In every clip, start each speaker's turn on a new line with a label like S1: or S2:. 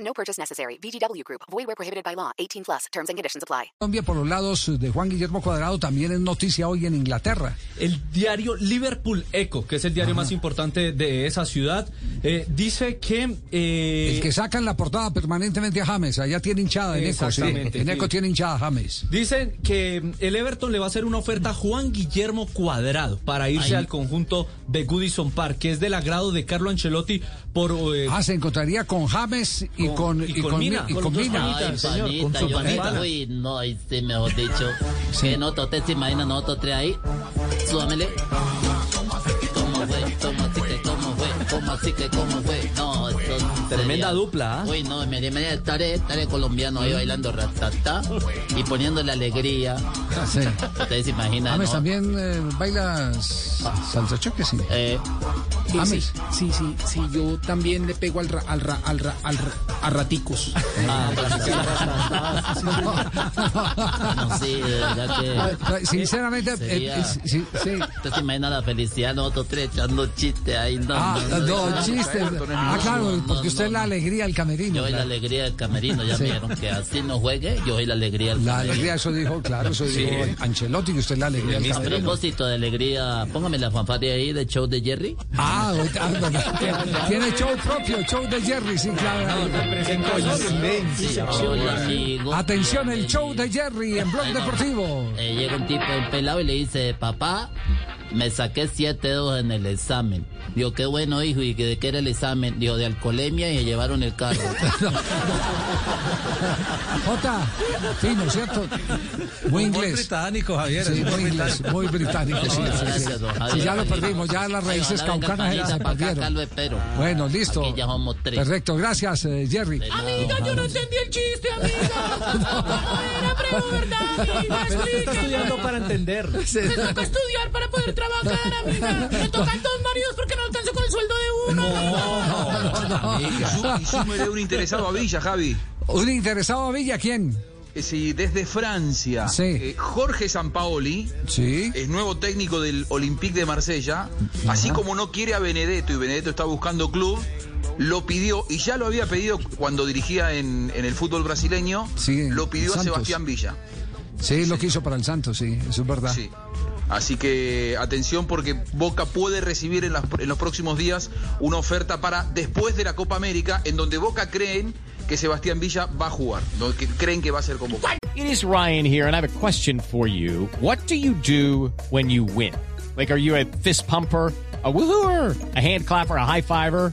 S1: No purchase necessary. VGW Group. Void where prohibited by law. 18 plus. Terms and conditions apply.
S2: Colombia por los lados de Juan Guillermo Cuadrado también es noticia hoy en Inglaterra.
S3: El diario Liverpool Echo, que es el diario más importante de esa ciudad, eh, dice que... eh,
S2: El que sacan la portada permanentemente a James, allá tiene hinchada en Eco, sí.
S3: Exactamente,
S2: En
S3: sí.
S2: Eco tiene hinchada James.
S3: Dicen que mm, el Everton le va a hacer una oferta a Juan Guillermo Cuadrado para irse al conjunto de Goodison Park, que es del agrado de Carlo Ancelotti por... eh,
S2: Ah, se encontraría con James y
S3: Con-
S2: con,
S3: y con Mina,
S2: Mi- y
S3: con
S2: con
S3: los dos
S2: Mina.
S3: panitas.
S4: Ay,
S3: señor,
S4: panita,
S3: con su
S4: yo
S3: panita.
S4: me- Uy, no, este, mejor dicho. Que nota, usted se imagina, nosotros tres ahí. Súbamele. ¿Cómo fue? ¿Cómo así que cómo fue? ¿Cómo así que cómo fue? No, esto
S3: Tremenda
S4: sería-
S3: dupla, ¿ah?
S4: Uy, no, me me- estaré, estaré colombiano ahí bailando ratatá y poniéndole alegría.
S2: Sí.
S4: Ustedes se
S3: Ah,
S4: imaginan,
S2: James
S4: ¿no?
S2: también eh, baila s- salsa choque, sí.
S4: Eh,
S2: James.
S5: Sí, sí, sí, yo también le pego al ra- al ra- al ra- al ra- a raticos.
S4: ah, no, sí, de verdad que...
S2: Sinceramente, eh,
S4: Sería-
S2: eh, sí, sí.
S4: Usted se imagina la felicidad, nosotros tres echando chistes ahí. No,
S2: Ah,
S4: no, no, no,
S2: no, chistes. Ah, claro,
S4: no,
S2: porque usted
S4: no,
S2: es la
S4: no.
S2: alegría del
S4: Yo
S2: camerino.
S4: soy la
S2: La,
S4: alegría del camerino, ya
S2: Sí.
S4: vieron que así no juegue, yo soy la alegría del
S2: la
S4: camerino.
S2: alegría, eso dijo, claro, eso dijo Ancelotti, que usted es la alegría del
S4: A
S2: camerino.
S4: propósito de alegría, póngame la fanfarria ahí del show de Jerry.
S2: Ah, ahorita- ah, verdad. Tiene- tiene show propio, show de Jerry, sí, claro.
S4: Sí, hola, amigo.
S2: Ah. Atención, el show de Jerry en Blog
S4: Ahí vamos.
S2: Deportivo.
S4: Eh, llega un tipo, un pelado, y le dice, papá, me saqué siete dos en el examen. Digo, qué bueno, hijo, ¿y que de qué era el examen? Digo, de alcoholemia y se llevaron el carro.
S2: Jota, fino, ¿cierto? Muy inglés.
S3: británico, Javier.
S2: Sí, muy inglés, muy británico. sí,
S4: No,
S2: sí, sí.
S4: gracias, don Javier.
S2: Sí, ya lo perdimos, ya las raíces
S4: Ojalá venga
S2: caucanas ya
S4: Panita
S2: se
S4: pa' acá, acá lo
S2: perdieron.
S4: espero.
S2: Bueno, listo.
S4: Aquí ya somos tres.
S2: Perfecto, gracias, eh, Jerry.
S4: Amiga, yo no entendí el chiste, amiga.
S3: Pero usted está estudiando para entender.
S6: estudiar para poder trabajar, amiga. Me tocan dos maridos porque no alcanzo con el sueldo de uno.
S7: Y súmele un interesado a Villa, Javi.
S2: Un interesado a Villa, ¿quién?
S7: Eh, sí, desde Francia,
S2: Sí.
S7: Eh, Jorge Sampaoli
S2: Sí.
S7: es nuevo técnico del Olympique de Marsella. Así como no quiere a Benedetto y Benedetto está buscando club, lo pidió y ya lo había pedido cuando dirigía en, en el fútbol brasileño.
S2: Sí,
S7: lo pidió a
S2: Santos.
S7: Sebastián Villa.
S2: Sí, lo que hizo para el Santos, sí, eso es verdad.
S7: Sí. Así que atención porque Boca puede recibir en, las- en los próximos días una oferta para después de la Copa América, en donde Boca creen que Sebastián Villa va a jugar, ¿no? que creen que va a ser convocado.
S8: It is Ryan here, and I have a question for you. What do you do when you win? Like, are you a fist pumper? A woohooer, a hand clapper, a high fiver.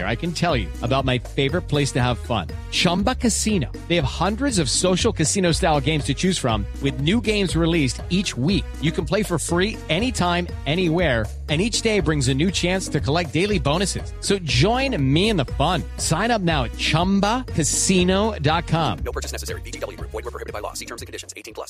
S8: I can tell you about my favorite place to have fun Chumba Casino. They have hundreds of social casino style games to choose from, with new games released each week. You can play for free anytime, anywhere. And each day brings a new chance to collect daily bonuses. So join me in the fun. Sign up now at chumbacasino.com.